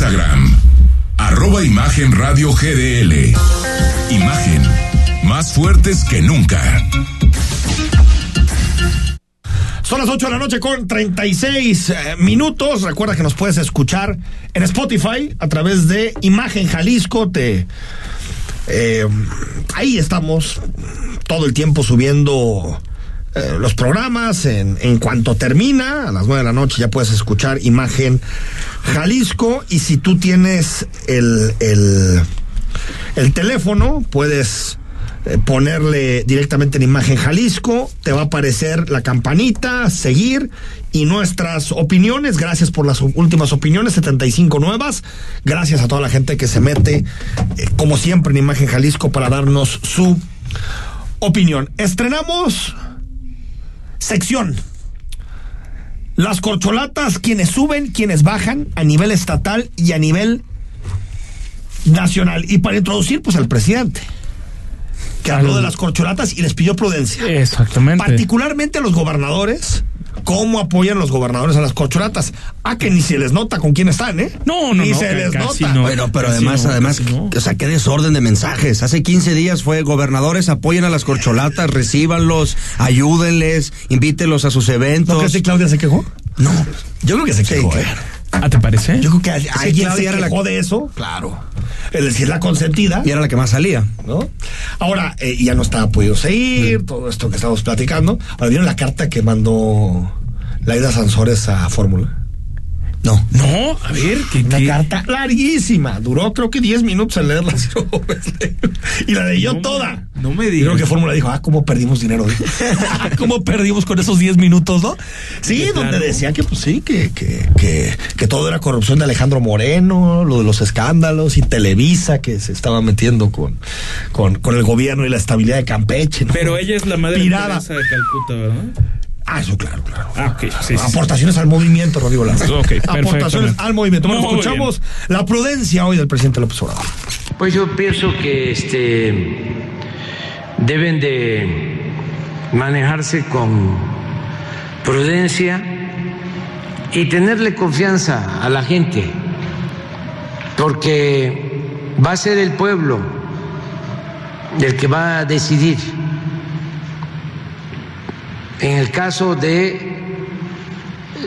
Instagram, arroba Imagen Radio GDL. Imagen, más fuertes que nunca. Son las 8 de la noche con 36 eh, minutos. Recuerda que nos puedes escuchar en Spotify a través de Imagen Jalisco. Te, eh, ahí estamos todo el tiempo subiendo eh, los programas. En, en cuanto termina, a las 9 de la noche ya puedes escuchar Imagen Jalisco. Y si tú tienes el, el, el teléfono, puedes eh, ponerle directamente en imagen Jalisco, te va a aparecer la campanita, seguir y nuestras opiniones. Gracias por las últimas opiniones, 75 nuevas. Gracias a toda la gente que se mete, eh, como siempre, en imagen Jalisco para darnos su opinión. Estrenamos sección. Las corcholatas, quienes suben, quienes bajan a nivel estatal y a nivel nacional. Y para introducir, pues al presidente que habló de las corcholatas y les pidió prudencia. Exactamente. Particularmente a los gobernadores, cómo apoyan los gobernadores a las corcholatas. Ah, que ni se les nota con quién están, ¿eh? No, no, ni no, se que les casi nota. no. Bueno, pero casi además, no, además, casi no. o sea, qué desorden de mensajes. Hace 15 días fue gobernadores, apoyen a las corcholatas, recíbanlos, ayúdenles, invítenlos a sus ¿No crees eventos. que Claudia se quejó? No, yo creo que se quejó, ¿eh? ¿Ah, te parece? Yo creo que a- alguien Claudia se era la- quejó de eso. Claro. Es decir, la consentida. Y era la que más salía. ¿no? Ahora, eh, ya no está podido seguir, todo esto que estamos platicando. Ahora, ¿vieron la carta que mandó Laida Sansores a Fórmula? No. No, a ver, que Una carta larguísima. Duró creo que 10 minutos en leerla. Ciro Gómez Leiva. y la leyó No, toda. no me Y digas. Creo que Fórmula dijo, ah, cómo perdimos dinero hoy. cómo perdimos con esos 10 minutos, ¿no? Sí, Sí, donde claro. decía que pues sí, que, que, que, que todo era corrupción de Alejandro Moreno, lo de los escándalos y Televisa que se estaba metiendo con, con, con el gobierno y la estabilidad de Campeche. ¿no? Pero ella es la madre Pirada. Teresa de Calcuta, ¿verdad? Ah, eso claro, claro. Ah, ok, sí, sí, sí. Aportaciones al movimiento, Rodrigo Lara. Ok, Aportaciones perfectamente. al movimiento. Bueno, Muy bien. escuchamos la prudencia hoy del presidente López Obrador. Pues yo pienso que este deben de manejarse con prudencia y tenerle confianza a la gente, porque va a ser el pueblo el que va a decidir. En el caso de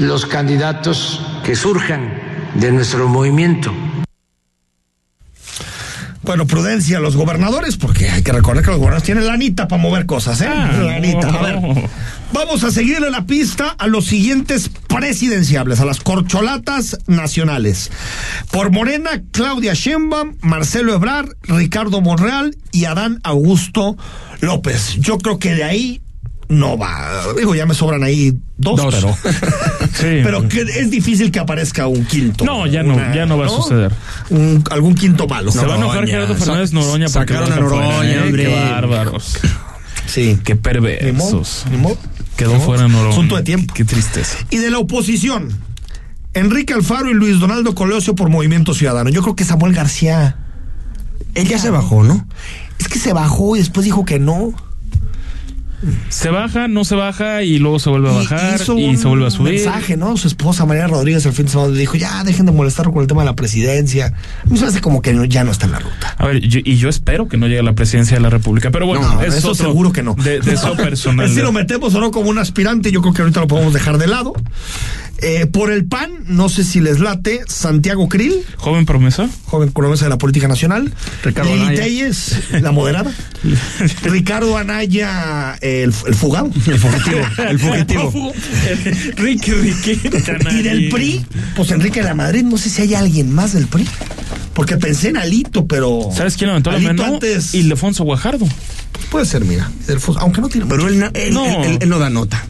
los candidatos que surjan de nuestro movimiento. Bueno, prudencia a los gobernadores, porque hay que recordar que los gobernadores tienen lanita para mover cosas, ¿eh? Ah, lanita. no. A ver, vamos a seguirle la pista a los siguientes presidenciables, a las corcholatas nacionales. Por Morena, Claudia Sheinbaum, Marcelo Ebrard, Ricardo Monreal y Adán Augusto López. Yo creo que de ahí no va. Digo, ya me sobran ahí dos, Dos. pero... Sí. Pero que es difícil que aparezca un quinto. No, ya no, ya no va a suceder. Un- algún quinto malo. Se va a enojar Noroña. Gerardo Fernández Sa- Noroña porque sacaron lo dejan a Noroña, fuera, ¿eh? hombre. Qué bárbaros. Sí. Qué Ni modo, perversos. ni modo. Quedó Ni modo. fuera Noroña. Asunto de tiempo. Qué tristeza. Y de la oposición, Enrique Alfaro y Luis Donaldo Colosio por Movimiento Ciudadano. Yo creo que Samuel García Él ya se bajó, ¿no? es que se bajó y después dijo que no. Se baja, no se baja y luego se vuelve a Y bajar hizo y, un se vuelve a subir. mensaje, ¿no? Su esposa María Rodríguez el fin de semana le dijo, ya dejen de molestar con el tema de la presidencia. A mí se me hace como que no- ya no está en la ruta. A ver, yo- y yo espero que no llegue a la presidencia de la República, pero bueno, No, es eso otro- seguro que no. De, de eso personal. Es si lo metemos o no como un aspirante, yo creo que ahorita lo podemos dejar de lado. Eh, por el PAN, no sé si les late, Santiago Krill. Joven promesa. joven colombiana de la política nacional. Ricardo Lili Anaya. Telles, la moderada. Ricardo Anaya, el, el fugado. El fugitivo. El fugitivo. Ricky, Ricky. Y del PRI, pues Enrique de la Madrid, no sé si hay alguien más del PRI. Porque pensé en Alito, pero. ¿Sabes quién levantó la Alito mano? antes. Ildefonso Guajardo. Puede ser, mira. del fus- aunque no tiene. mucho. Pero él, na- él- No. él- él- él no da nota.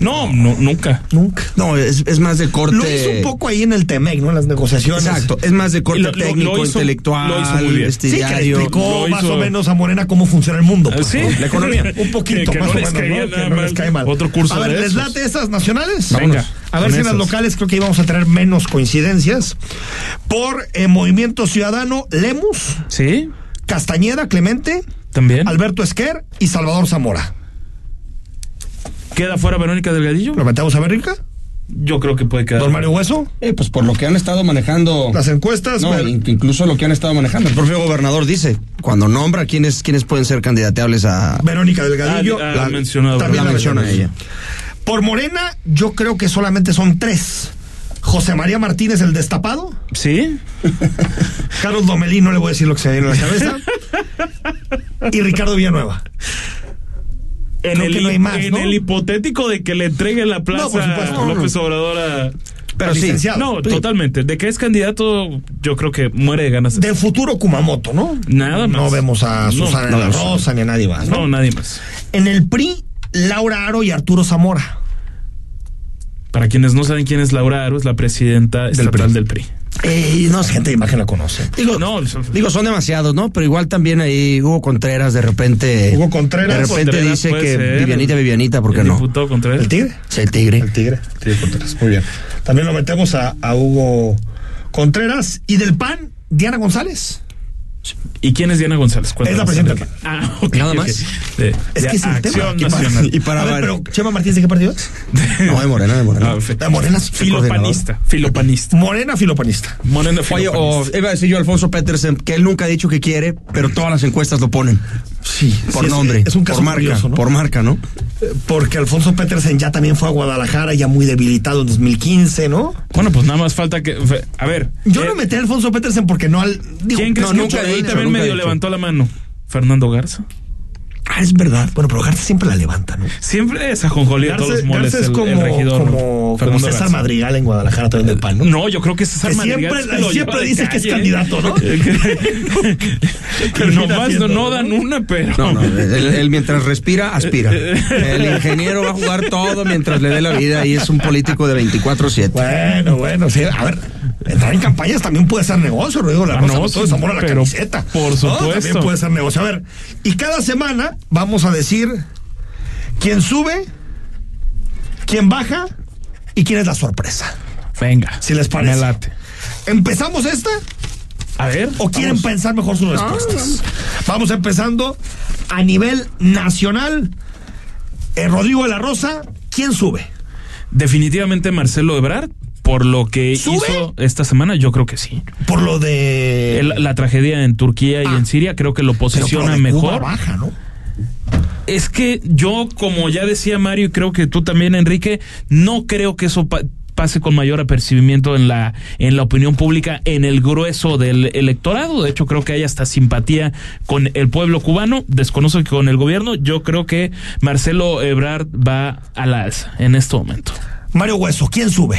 No, no, nunca. Nunca. No, es, es más de corte. Lo hizo un poco ahí en el Temec, ¿no? En las negociaciones. Exacto, es más de corte Lo- lo- lo técnico, hizo- intelectual, lo hizo muy bien. este, Sí, que le diario. explicó Lo más hizo- o menos a Morena cómo funciona el mundo. pues, Sí. ¿no? La economía. Un poquito, Que- que más o no menos. les ¿no? caía Que nada no más. les cae mal. Otro curso A ver, de ¿les esos. late esas nacionales? Venga, A ver con si en las esas. locales creo que íbamos a tener menos coincidencias. Por eh, Movimiento Ciudadano, Lemus, Sí, Castañeda, Clemente, también. Alberto Esquer y Salvador Zamora. Queda fuera Verónica Delgadillo. ¿Lo metemos a Berrica? Yo creo que puede quedar. Don Mario Hueso, Eh, pues por lo que han estado manejando. las encuestas. No, me- in- incluso lo que han estado manejando. El propio gobernador dice, cuando nombra quiénes, quiénes pueden ser candidateables a... Verónica Delgadillo. Ah, ah, la mencionado, También la la menciona mencionas. ella. Por Morena, yo creo que solamente son tres. José María Martínez, el destapado. ¿Sí? Carlos Domelí, no le voy a decir lo que se me viene a la cabeza. y Ricardo Villanueva. En, Creo el, que no hay hip- más, en ¿no? el hipotético de que le entregue la plaza por supuesto, no, a no. López Obrador a. Pero sí, Licenciado. No, Sí. totalmente. De que es candidato, yo creo que muere de ganas. Del futuro Kumamoto, ¿no? Nada más. No vemos a No, Susana no La vemos. Rosa ni a nadie más, ¿no? no, nadie más. En el PRI, Laura Aro y Arturo Zamora. Para quienes no saben quién es Laura Aro, es la presidenta estatal del PRI. Eh, no, es gente de imagen la conoce. Digo, No, digo, son demasiados, ¿no? Pero igual también ahí Hugo Contreras de repente... Hugo Contreras. De repente Contreras dice puede que ser. Vivianita, Vivianita, ¿por qué el no? diputado Contreras. ¿El Tigre? Es el tigre. El Tigre. Tigre Contreras. Muy bien. También lo metemos a, a Hugo Contreras. Y del PAN, Diana González. ¿Y quién es Diana González? Es la Cuéntanos. presidenta del PAN. Ah, ok, Nada ok. más. De- Es de que es el tema. Acción Y para- Nacional. Y para a ver, ver- pero Chema Martínez, ¿de qué partido es? No, de Morena, de Morena. Ah, perfecto. La Morena. Filopanista. Filopanista. Morena filopanista. Morena Oye, o filopanista. iba a decir yo Alfonso Petersen, que él nunca ha dicho que quiere, pero todas las encuestas lo ponen. Sí. Por sí, es- nombre, Es, un caso por marca, curioso, ¿no? Eh, por marca, ¿no? Porque Alfonso Petersen ya también fue a Guadalajara, ya muy debilitado en 2015, ¿no? Bueno, pues nada más falta que. fe- A ver. Yo eh, no metí a Alfonso Petersen porque no al. Digo, ¿Quién crees no, que nunca por he ahí dicho, también nunca he medio dicho. levantó la mano? Fernando Garza. Ah, es verdad. Bueno, pero Garza siempre la levanta, ¿no? Siempre es ajonjolí a todos los Garza, moles. Garza es el- el como, regidor, ¿no? como, como Fernando César Garza. Eh, Madrigal en Guadalajara también del PAN, ¿no? No, yo creo que César Que Madrigal siempre- se lo siempre lleva de dice que es calle, ¿eh? candidato, ¿no? Que Termina nomás siendo, no, no ¿no? dan una, pero. No, no, él, él mientras respira, aspira. El ingeniero va a jugar todo mientras le dé la vida y es un político de 24-7. Bueno, bueno, sí. A ver, entrar en campañas también puede ser negocio, Rodrigo La Ah, Rosa, no, no, todo es amor a la pero camiseta. por No, supuesto. También puede ser negocio. A ver, y cada semana vamos a decir quién sube, quién baja y quién es la sorpresa. Venga. Si les parece. Me late. ¿Empezamos esta A ver. o quieren vamos. pensar mejor sus respuestas? Vamos empezando a nivel nacional. Eh, Rodrigo de la Rosa, ¿quién sube? Definitivamente Marcelo Ebrard, por lo que ¿Sube? hizo esta semana, yo creo que sí. Por lo de. El- la tragedia en Turquía y Eh. Ah. en Siria creo que lo pero por lo posiciona de Cuba mejor. baja, ¿no? Es que yo, como ya decía Mario, y creo que tú también, Enrique, no creo que eso pa- pase con mayor apercibimiento en la, en la opinión pública, en el grueso del electorado. De hecho, creo que hay hasta simpatía con el pueblo cubano. Desconozco que con el gobierno. Yo creo que Marcelo Ebrard va a la alza en este momento. Mario Hueso, ¿quién sube?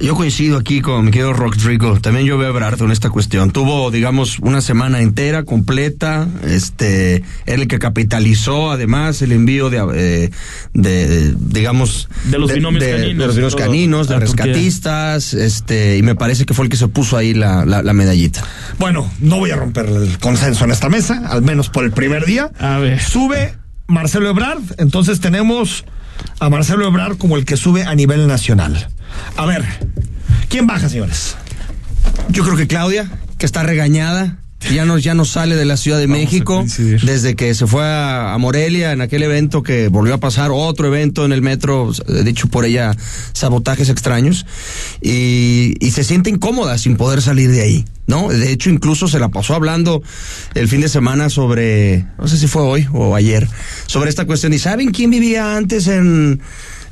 Yo coincido aquí con mi querido Rodrigo. También yo veo a Ebrard en esta cuestión. Tuvo, digamos, una semana entera, completa. Este, él el que capitalizó, además, el envío de, eh, de, de, digamos, De los binomios de- caninos, de los binomios todo, caninos, de a Turquía. rescatistas. Este, y me parece que fue el que se puso ahí la, la- la medallita. Bueno, no voy a romper el consenso en esta mesa, al menos por el primer día. A ver. Sube Marcelo Ebrard, entonces tenemos a Marcelo Ebrard como el que sube a nivel nacional. A ver, ¿quién baja, señores? Yo creo que Claudia, que está regañada, ya no, ya no sale de la Ciudad de Vamos a México coincidir. desde que se fue a, a Morelia en aquel evento que volvió a pasar otro evento en el metro, eh, dicho por ella, sabotajes extraños, y, y se siente incómoda sin poder salir de ahí. ¿No? De hecho, incluso se la pasó hablando el fin de semana sobre, no sé si fue hoy o ayer, sobre esta cuestión. ¿Y saben quién vivía antes en,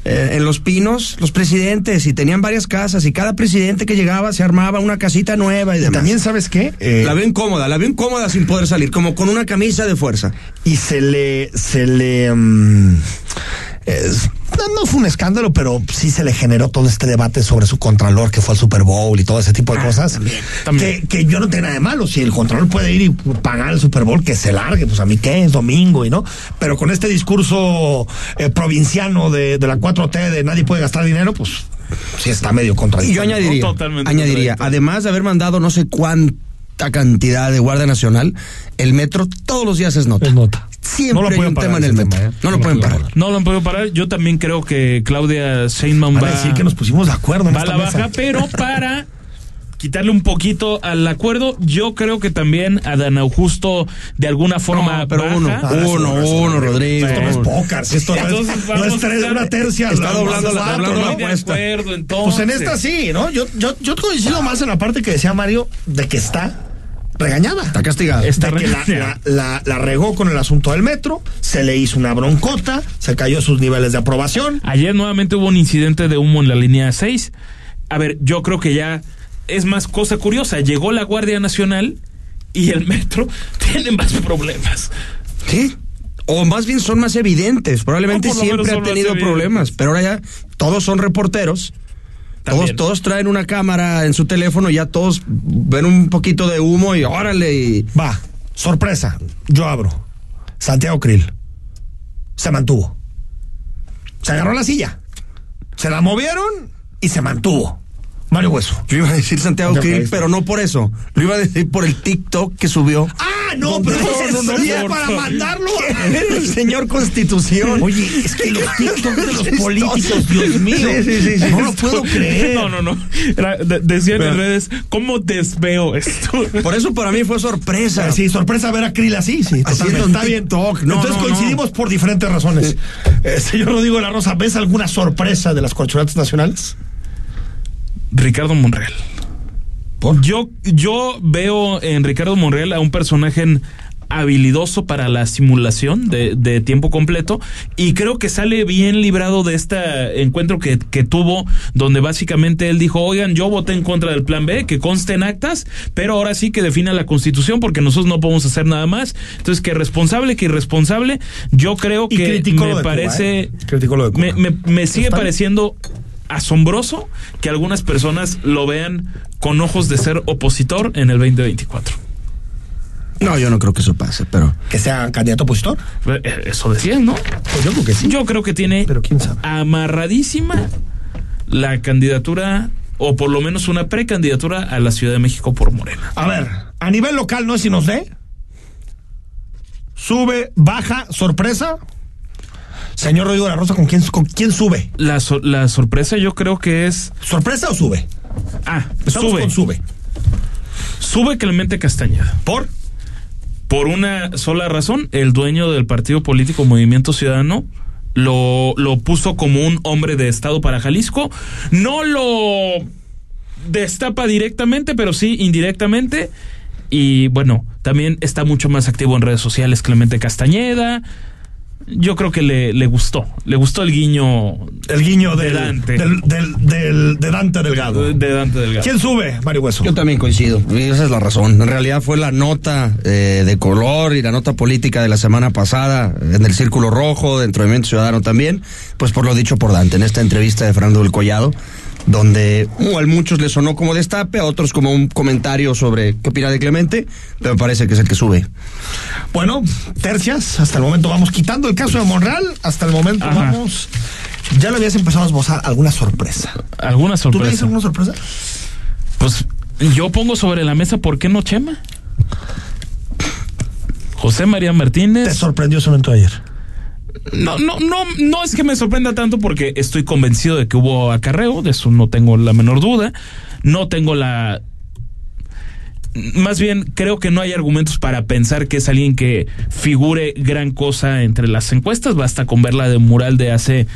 eh, en Los Pinos? Los presidentes, y tenían varias casas, y cada presidente que llegaba se armaba una casita nueva y demás. También, ¿sabes qué? Eh, La veo incómoda, la veo incómoda sin poder salir, como con una camisa de fuerza. y se le, se le, mm, es- no, no fue un escándalo, pero sí se le generó todo este debate sobre su contralor que fue al Super Bowl y todo ese tipo de cosas. Ah, también. Que, que yo no tengo nada de malo. Si el contralor puede ir y pagar el Super Bowl, que se largue, pues a mí qué, es domingo y no. Pero con este discurso eh, provinciano de, de la 4T de nadie puede gastar dinero, pues sí está medio Y yo contradictorio. añadiría, No, totalmente añadiría, correcto. además de haber mandado no sé cuánta cantidad de Guardia Nacional, el metro todos los días es nota. Es nota. Siempre No lo hay pueden un parar tema en el ese metro. tema, ¿eh? No lo pueden parar. No lo han podido parar. Yo también creo que Claudia Sheinbaum Van va a decir que nos pusimos de acuerdo en va a esta la mesa. baja, pero para quitarle un poquito al acuerdo. Yo creo que también a Dan Augusto de alguna forma. No, pero baja. uno, Ah, eso uno, no es uno, una- Rodrigo. Esto no es póker, si esto no Entonces es, no vamos es tres, a- una tercia. está no, doblando más la- cuatro, doblando la ¿no? Estoy de apuesta. acuerdo, entonces. Pues en esta sí, ¿no? Yo, yo, yo coincido más en la parte que decía Mario de que está regañada. Está castigado. Está de que la, regañada. la- la- la regó con el asunto del metro, se le hizo una broncota, se cayó sus niveles de aprobación. Ayer nuevamente hubo un incidente de humo en la línea 6. A ver, yo creo que ya es más cosa curiosa. Llegó la Guardia Nacional y el metro tienen más problemas. Sí. O más bien son más evidentes. Probablemente O por lo menos siempre son ha más tenido evidentes. problemas. Pero ahora ya todos son reporteros. Todos, También. todos traen una cámara en su teléfono y ya todos ven un poquito de humo y órale. Y... Va, sorpresa, yo abro. Santiago Krill se mantuvo. Se agarró la silla. Se la movieron y se mantuvo. Mario Hueso. Yo iba a decir Santiago Ya, Krill, ahí está. pero no por eso. Lo iba a decir por el TikTok que subió. Ah, no, pero No, ese no, no, sería no, para no. mandarlo. el señor Constitución. Oye, es que los TikToks de los políticos, Dios mío. Sí, sí, sí, sí. No lo puedo creer. No, no, no. Era- de- decían Pero- en redes, ¿cómo desveo esto? Por eso para mí fue sorpresa. Sí, sorpresa ver a Krill así, sí. Así totalmente. es, don está bien. TikTok. No, Entonces no, coincidimos por diferentes razones. Este, yo lo digo, La Rosa, ¿ves alguna sorpresa de las corcholatas nacionales? Ricardo Monreal. Yo, yo veo en Ricardo Monreal a un personaje en- habilidoso para la simulación de, de tiempo completo y creo que sale bien librado de este encuentro que, que tuvo donde básicamente él dijo oigan yo voté en contra del plan B que conste en actas pero ahora sí que defina la constitución porque nosotros no podemos hacer nada más entonces que responsable que irresponsable yo creo Y que criticó lo me de Cuba, parece ¿eh? Criticó lo de Cuba. me- me- me sigue Está bien. pareciendo asombroso que algunas personas lo vean con ojos de ser opositor en el 2024. No, yo no creo que eso pase, pero. Que sea candidato opositor. Eh, eh, Eso decían, ¿no? Pues yo creo que sí. Yo creo que tiene Pero quién sabe. amarradísima la candidatura o por lo menos una precandidatura a la Ciudad de México por Morena. A ver, a nivel local no es si nos dé. Sube, baja, sorpresa. Señor Rodrigo de La Rosa, ¿con quién, con quién sube? La, so- la sorpresa yo creo que es... ¿Sorpresa o sube? Ah, Estamos sube. con sube. Sube Clemente Castañeda. ¿Por? por una sola razón, el dueño del partido político Movimiento Ciudadano lo, lo puso como un hombre de Estado para Jalisco. No lo destapa directamente, pero sí indirectamente. Y bueno, también está mucho más activo en redes sociales Clemente Castañeda. Yo creo que le, le gustó, le gustó el guiño El guiño del- De Dante. Del, del- del- de Dante Delgado. de Dante Delgado. ¿Quién sube, Mario Hueso? Yo también coincido. y esa es la razón. En realidad fue la nota eh, de color y la nota política de la semana pasada en el Círculo Rojo, dentro de Movimiento Ciudadano también, pues por lo dicho por Dante en esta entrevista de Fernando del Collado, donde uh, a muchos le sonó como destape, a otros como un comentario sobre qué opina de Clemente, pero me parece que es el que sube. Bueno, tercias, hasta el momento vamos quitando el caso de Monreal, hasta el momento Ajá. vamos. Ya le habías empezado a esbozar alguna sorpresa. ¿Alguna ¿Tú le dices sorpresa? alguna sorpresa? Pues yo pongo sobre la mesa, ¿por qué no Chema? José María Martínez. Te sorprendió ese evento ayer. No, no, no, no es que me sorprenda tanto porque estoy convencido de que hubo acarreo, de eso no tengo la menor duda. No tengo la. Más bien, creo que no hay argumentos para pensar que es alguien que figure gran cosa entre las encuestas. Basta con ver la de mural de hace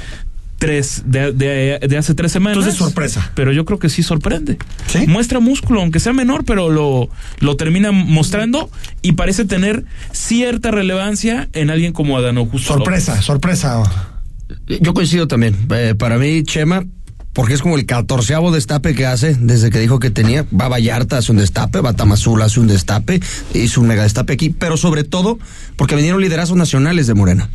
tres, de, de- de hace tres semanas. Entonces, sorpresa. Pero yo creo que sí sorprende. ¿Sí? Muestra músculo, aunque sea menor, pero lo, lo termina mostrando y parece tener cierta relevancia en alguien como Adán Augusto López. Sorpresa, sorpresa. Yo coincido también. Eh, para mí, Chema, porque es como el catorceavo destape que hace desde que dijo que tenía. Va a Vallarta, hace un destape, va a Tamazula, hace un destape, hizo un mega destape aquí, pero sobre todo porque vinieron liderazgos nacionales de Morena.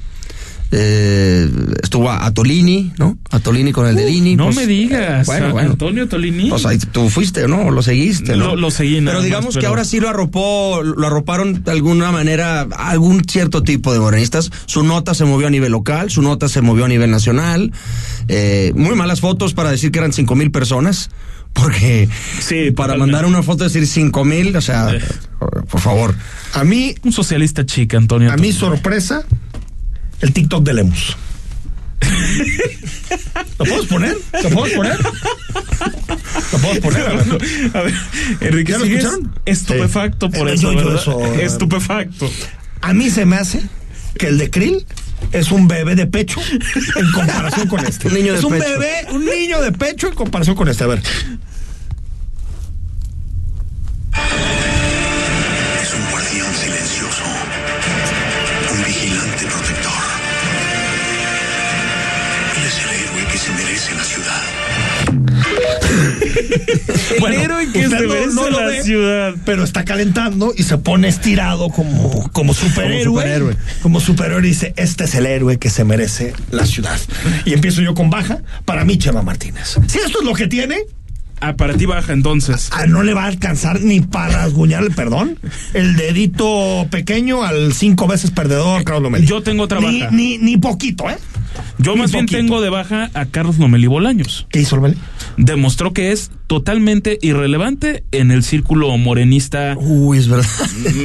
Eh, estuvo a, a Tolini, ¿no? A Tolini con el de Dini. No pues, me digas. eh, bueno, a- bueno. Antonio Tolini. Pues O sea, y tú fuiste, ¿no? Lo seguiste, ¿no? Lo- lo seguí nada Pero más, digamos que pero- ahora sí lo arropó, lo arroparon de alguna manera a algún cierto tipo de morenistas. Su nota se movió a nivel local, su nota se movió a nivel nacional. Eh, muy malas fotos para decir que eran cinco mil personas. Porque Sí, para totalmente. mandar una foto y decir cinco mil, o sea, Eh. por favor. A mí, un socialista chica, Antonio. a mí Tolini. sorpresa, el TikTok de Lemus. ¿Lo podemos poner? ¿Lo podemos poner? ¿Lo podemos poner? A ver. A ver, Enrique, ¿Ya lo sigues escucharon? estupefacto por Eh, eso, yo- yo ¿verdad? eso, eh, Estupefacto. A mí se me hace que el de Krill es un bebé de pecho en comparación con este. Un niño de es un pecho. bebé, un niño de pecho en comparación con este. A ver. Es un guardián silencioso, un vigilante protector. Él es el héroe que se merece la ciudad. Bueno, que usted se no- merece no lo la ve. ciudad. Pero está calentando y se pone estirado como, como superhéroe. Como superhéroe. superhéroe. y dice, este es el héroe que se merece la ciudad. Y empiezo yo con baja para mí, Chema Martínez. Si esto es lo que tiene, Ah, para ti baja entonces. ah, no le va a alcanzar ni para rasguñarle, perdón, el dedito pequeño al cinco veces perdedor, Carlos Lomelí. Yo tengo otra Ni- baja. Ni, ni poquito, ¿eh? Yo Ni más bien poquito. tengo de baja a Carlos Lomelí Bolaños. ¿Qué hizo Lomelí? Demostró que es totalmente irrelevante en el círculo morenista. Uy, es verdad.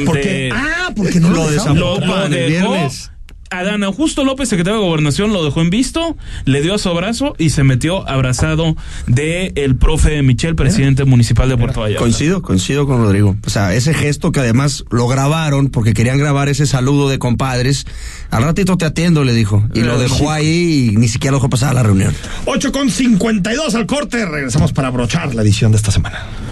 Porque, de- ah, porque no Lo lo, dejaron. lo, desabotaron. lo el dejó. viernes. Adán Augusto López, secretario de Gobernación, lo dejó en visto, le dio a su abrazo y se metió abrazado de el profe Michel, presidente municipal de Puerto Vallarta. Coincido, coincido con Rodrigo. O sea, ese gesto que además lo grabaron porque querían grabar ese saludo de compadres. Al ratito te atiendo, le dijo. Y lo dejó ahí y ni siquiera lo dejó pasar a la reunión. 8 con 52 al corte. Regresamos para abrochar la edición de esta semana.